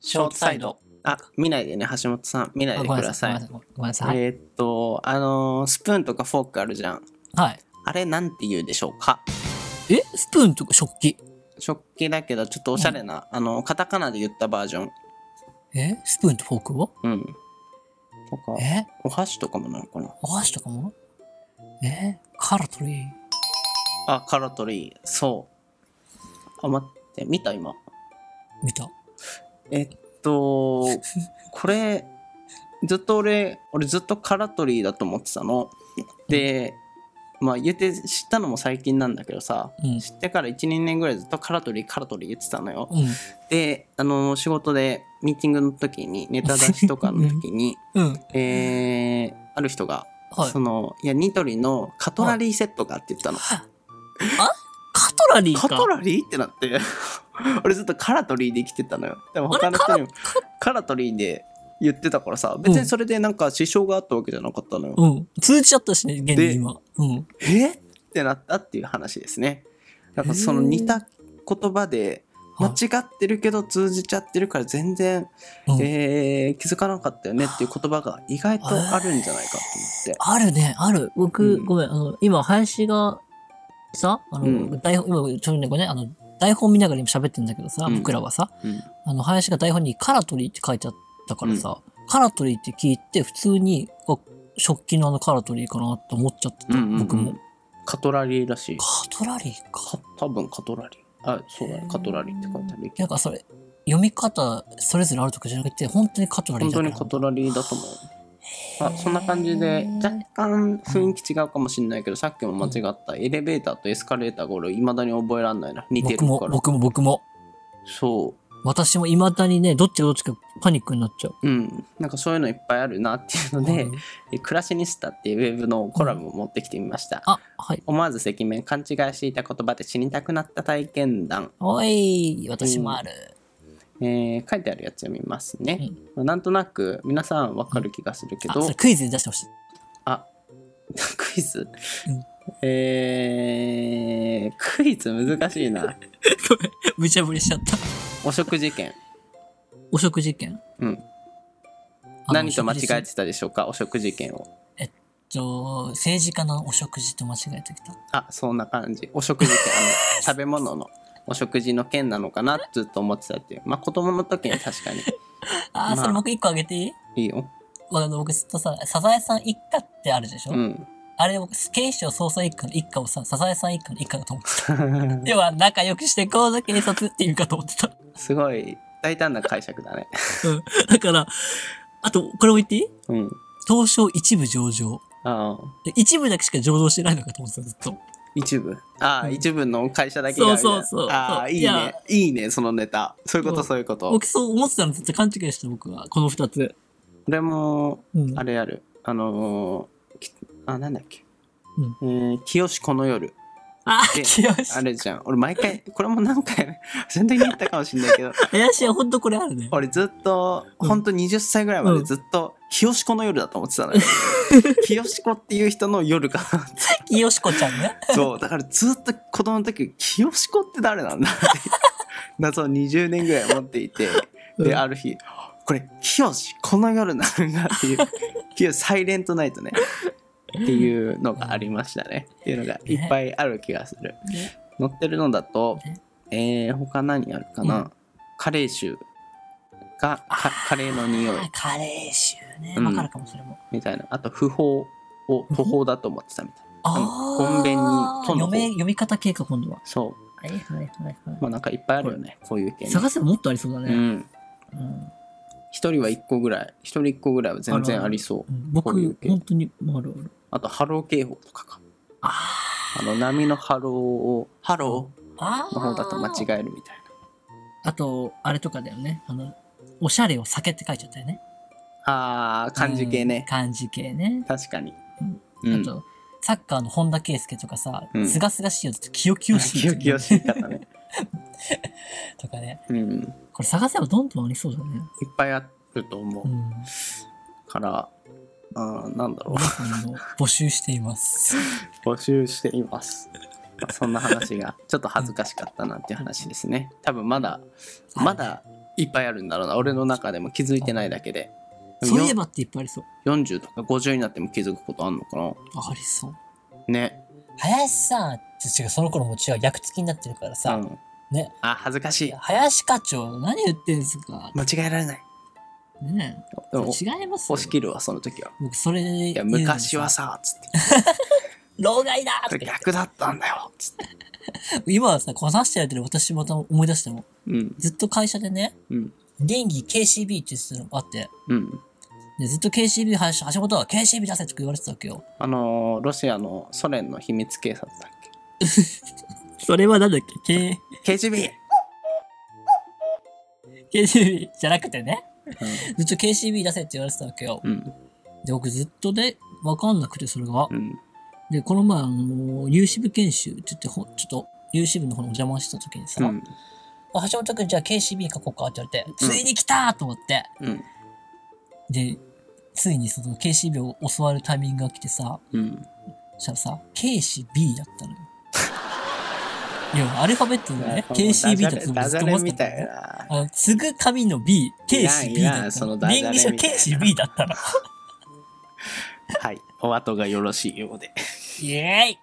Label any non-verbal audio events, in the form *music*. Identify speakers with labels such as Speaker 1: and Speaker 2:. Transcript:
Speaker 1: ショートサイド。
Speaker 2: あ、見ないでね、橋本さん。見ない
Speaker 1: あ
Speaker 2: で
Speaker 1: ご
Speaker 2: く
Speaker 1: めんな
Speaker 2: だ
Speaker 1: さ
Speaker 2: さ
Speaker 1: い。
Speaker 2: い。
Speaker 1: ごめんなさい。ごめんなさい。
Speaker 2: えーっと、あのースプーンとかフォークあるじゃん。
Speaker 1: はい。
Speaker 2: あれなんて言うでしょうか
Speaker 1: えスプーンとか食器。
Speaker 2: 食器だけど、ちょっとおしゃれな、あの、カタカナで言ったバージョン。
Speaker 1: えスプーンとフォークを
Speaker 2: うん。とか、
Speaker 1: え
Speaker 2: お箸とかもなのかな
Speaker 1: お箸とかもえカラトリー。
Speaker 2: あ、カラトリー。そう。あ、待って、見た今。
Speaker 1: 見た。
Speaker 2: えっと、
Speaker 1: *laughs*
Speaker 2: これ、ずっと俺、俺ずっとカラトリーだと思ってたの。で、まあ言って知ったのも最近なんだけどさ、
Speaker 1: うん。
Speaker 2: 知ってから1、2年ぐらいずっとカラトリー、カラトリー言ってたのよ。
Speaker 1: うん。
Speaker 2: で、あの、仕事でミーティングの時に、ネタ出しとかの時に、
Speaker 1: うん。
Speaker 2: えー、ある人が、
Speaker 1: はい
Speaker 2: そ。の、いや、ニトリのカトラリーセットがって言ってたの。
Speaker 1: カトラリーか。
Speaker 2: カトラリーってなって、 *laughs* 俺ずっとカラトリーで生きてたのよ。でも他の人にもカラトリーで言ってたからさ、別にそれでなんか支障があったわけじゃなかったのよ。
Speaker 1: うん。通じちゃったしね、現
Speaker 2: で
Speaker 1: に今。うん。
Speaker 2: えってなったっていう話ですね。だからその似た言葉で、間
Speaker 1: はい
Speaker 2: 違ってるけど通じちゃってるから全然、
Speaker 1: うん
Speaker 2: えー気づかなかったよねっていう言葉が意外とあるんじゃないかと思って。
Speaker 1: あるね、ある。僕、
Speaker 2: うん
Speaker 1: ごめん、あの、今、林が、さ、あの、
Speaker 2: うん
Speaker 1: 台本、今、ちょいね、ごめんね、あの、台本見ながら今喋ってんだけどさ、
Speaker 2: うん
Speaker 1: 僕らはさ、
Speaker 2: うん
Speaker 1: あの、林が台本にカラトリーって書いてあったからさ、カラトリーって聞いて、普通に、あ食器のあのカラトリーかなと思っちゃってた、
Speaker 2: うんうんうん
Speaker 1: 僕も。
Speaker 2: カトラリーらしい。
Speaker 1: カトラリー
Speaker 2: か
Speaker 1: か。
Speaker 2: 多分カトラリー。あ、そうだね。カトラリーって書いてある。
Speaker 1: なんかそれ、読み方、それぞれあるとかじゃなくて、本当にカトラリー
Speaker 2: 本当
Speaker 1: だから
Speaker 2: にカトラリーだと思う。あそんな感じ
Speaker 1: へ
Speaker 2: で
Speaker 1: ー
Speaker 2: 若干雰囲気違うかもしれないけど、さっきも間違ったエレベーターとエスカレーターが俺いまだに覚えらんないな似てる
Speaker 1: 僕
Speaker 2: から
Speaker 1: も、僕も、僕も。
Speaker 2: そ
Speaker 1: 私も未だにね、どっちがどっちかパニックになっちゃう。
Speaker 2: ううんなんかそういうのいっぱいあるなっていうので
Speaker 1: うん
Speaker 2: 「暮らしニスタ」っていうウェブのコラムを持ってきてみました、
Speaker 1: あ、はい。
Speaker 2: 思わず赤面勘違いしていた言葉で死にたくなった体験談、
Speaker 1: おい、私もある。
Speaker 2: えー書いてあるやつ読みますね、まあなんとなく皆さんわかる気がするけ
Speaker 1: あ
Speaker 2: ど、
Speaker 1: それクイズに出してほしい。 *laughs*
Speaker 2: あ、 *laughs* クイズ、
Speaker 1: うん
Speaker 2: えー、クイズ難しい
Speaker 1: *laughs*
Speaker 2: な。
Speaker 1: 無茶ぶりしちゃった。
Speaker 2: お食事券。
Speaker 1: お食事券。
Speaker 2: うん。
Speaker 1: あの
Speaker 2: 何と間違
Speaker 1: お
Speaker 2: え
Speaker 1: 食事
Speaker 2: てたでしょうかお食事券を。
Speaker 1: と、政治家のお食事と間違えてきた。
Speaker 2: あ、そんな感じ。お食事券。
Speaker 1: *laughs*
Speaker 2: あの、食べ物の。お食事の件なのかなずっと思ってたっていう。まあ、子供の時に確かに。
Speaker 1: あー、
Speaker 2: まあ
Speaker 1: それ僕一個あげていい
Speaker 2: いいよ。
Speaker 1: あの僕ずっとさ、サザエさん一家ってあるでしょ、
Speaker 2: うん。
Speaker 1: あれ僕、警視庁捜査一課の一家をさ、サザエさん一家の一家だと思ってた。 *laughs* では、仲良くしていこうぜ、警察っていうかと思
Speaker 2: *laughs*
Speaker 1: ってた。
Speaker 2: すごい、大胆な解釈だ
Speaker 1: *laughs*
Speaker 2: ね。
Speaker 1: うん。だから、あと、これも言っていい
Speaker 2: うん。
Speaker 1: 東証一部上場。
Speaker 2: ああ、
Speaker 1: で一部だけしか上場してないのかと思ってた、ずっと。
Speaker 2: 一部。ああ、
Speaker 1: うん
Speaker 2: 一部の会社だけがあるじゃん
Speaker 1: そうそうそう
Speaker 2: ああ、いい
Speaker 1: いや
Speaker 2: ね。いいね、そのネタ。そういうこと、
Speaker 1: そう
Speaker 2: そういうこと。
Speaker 1: 僕そう思ってたのずっと勘違いした僕は、この二つ。
Speaker 2: 俺も
Speaker 1: うん。
Speaker 2: あれあるあのーきあなんだっけ、
Speaker 1: うん
Speaker 2: えー清しこの夜
Speaker 1: あ
Speaker 2: で
Speaker 1: ー、清し。
Speaker 2: あれじゃん俺毎回これも何 *laughs* 回その時に言ったかもしんないけ
Speaker 1: *laughs*
Speaker 2: ど
Speaker 1: 林はほんとこれあるね。
Speaker 2: 俺ずっと
Speaker 1: うん
Speaker 2: ほんと20歳ぐらいまで
Speaker 1: うん
Speaker 2: ずっと清しこの夜だと思ってたの
Speaker 1: *laughs*
Speaker 2: よ清しこっていう人の夜かなって
Speaker 1: 清子ちゃんね。
Speaker 2: そうだからずっと子供の時清しこって誰なんだって謎を20年ぐらい持っていてで、
Speaker 1: うん
Speaker 2: ある日「これ清この夜なんだ」っていう「清サイレントナイトね」っていうのがありましたねっていうのがいっぱいある気がする
Speaker 1: ね
Speaker 2: 乗ってるのだと
Speaker 1: ね
Speaker 2: えー、他何あるか
Speaker 1: う
Speaker 2: なカレー臭がかカレーの匂い
Speaker 1: あーカレー臭ね。
Speaker 2: うん
Speaker 1: わかるかも、それも。
Speaker 2: みたいなあと不法を不法だと思ってたみたいな
Speaker 1: あ
Speaker 2: の
Speaker 1: あー。
Speaker 2: ごんべんにとの
Speaker 1: 読
Speaker 2: 方
Speaker 1: め、読み方系か、今度は。
Speaker 2: そ
Speaker 1: はいはいはいは
Speaker 2: うまあなんかいっぱいあるよねこういう系
Speaker 1: い。
Speaker 2: ね
Speaker 1: 探せばもっとありそうだ
Speaker 2: う
Speaker 1: ね。
Speaker 2: ん
Speaker 1: うん。
Speaker 2: 一人は一個ぐらい一人一個ぐらいは全然ありそう
Speaker 1: うん
Speaker 2: こういう
Speaker 1: 僕、
Speaker 2: 系
Speaker 1: 本当に、あるある。
Speaker 2: あと波浪警報とかか
Speaker 1: あ
Speaker 2: あの波の波浪をハロー
Speaker 1: ーあー。
Speaker 2: の方だと間違えるみたい
Speaker 1: あと、あれとかだよね。あの、おしゃれを酒って書いちゃったよね。
Speaker 2: なあー漢字系
Speaker 1: うん
Speaker 2: ね、
Speaker 1: 漢字系ね。
Speaker 2: 確かに
Speaker 1: うん
Speaker 2: う
Speaker 1: あ
Speaker 2: ん
Speaker 1: と、サッカーの本田圭佑とかさ
Speaker 2: う、ん
Speaker 1: すがすがしいよって、きよきよしい
Speaker 2: 清 *laughs*
Speaker 1: よ
Speaker 2: 々しい方ね、
Speaker 1: *laughs* とかね。
Speaker 2: うん、いっ
Speaker 1: これ探せばどんどんありそうだね。
Speaker 2: ぱいあると思う
Speaker 1: う。
Speaker 2: んから、あーなんだろ
Speaker 1: 皆さんの募集してい *laughs* ます。
Speaker 2: う募集していますまあそんな話がちょっと恥ずかしかったなっていう話ですね多分まだまだいっぱいあるんだろうな俺の中でも気づいてないだけで
Speaker 1: そういえばっていっぱいありそう。
Speaker 2: 40とか50になっても気づくことあんのかな
Speaker 1: ありそう。
Speaker 2: ね
Speaker 3: 林さんって違う、その頃も違う、役付きになってるからさ、
Speaker 2: うん
Speaker 3: ね
Speaker 2: あ恥ずかしい
Speaker 1: 林課長、何言ってんすか
Speaker 2: 間違えられない
Speaker 1: ね
Speaker 2: で
Speaker 1: え。
Speaker 2: も
Speaker 1: 違いますよ
Speaker 2: 押し切るわその時は
Speaker 1: 僕、それで言う
Speaker 2: いや
Speaker 1: のにさ
Speaker 2: 昔は。さつって
Speaker 1: 老害だーって。
Speaker 2: 逆だったんだよつって
Speaker 1: 今はさ、この話してやってる私また思い出しても、
Speaker 2: うん
Speaker 1: ずっと会社でね、
Speaker 2: うん
Speaker 1: 倫理 KCB って言ってたのがあって、
Speaker 2: うん
Speaker 1: でずっと KCB はし、橋本は KCB 出せって言われてたわけよ。
Speaker 2: あのーロシアのソ連の秘密警察だっ
Speaker 1: それはなんだっけ
Speaker 2: け KGB、
Speaker 1: K、KCB じゃなくてね、
Speaker 2: う
Speaker 1: ずっと KCB 出せって言われてたわけよ。
Speaker 2: ん、うん
Speaker 1: で、僕ずっとね、わかんなくて、それが
Speaker 2: う。ん
Speaker 1: で、この前、あのー、有志部研修って言って、ほちょっと、有志部の方にお邪魔した時にさ、
Speaker 2: うん
Speaker 1: あ橋本くん、じゃあ KCB 書こうかって言われて、ついに来たーと思って、
Speaker 2: うん
Speaker 1: で、ついにその KCB を教わるタイミングが来てさ、
Speaker 2: うん
Speaker 1: そしたらさ、KCB だった
Speaker 2: *laughs*
Speaker 1: のよ。いや、アルファベットのね、
Speaker 2: ダジ
Speaker 1: KCB
Speaker 2: ャ
Speaker 1: だ
Speaker 2: レ
Speaker 1: と
Speaker 2: ダ
Speaker 1: ず
Speaker 2: ジ
Speaker 1: っと
Speaker 2: ャ
Speaker 1: 思
Speaker 2: レ
Speaker 1: って
Speaker 2: み
Speaker 1: た
Speaker 2: たい
Speaker 1: のね。
Speaker 2: な
Speaker 1: あの、継ぐ紙の B、
Speaker 2: い
Speaker 1: KCB
Speaker 2: らんい
Speaker 1: だ
Speaker 2: ら
Speaker 1: っ
Speaker 2: ん
Speaker 1: た
Speaker 2: そ
Speaker 1: の。
Speaker 2: のダジャレ
Speaker 1: 倫理書
Speaker 2: みたいな
Speaker 1: KCB だったの。
Speaker 2: はいお後がよろしいようで
Speaker 1: イエーイ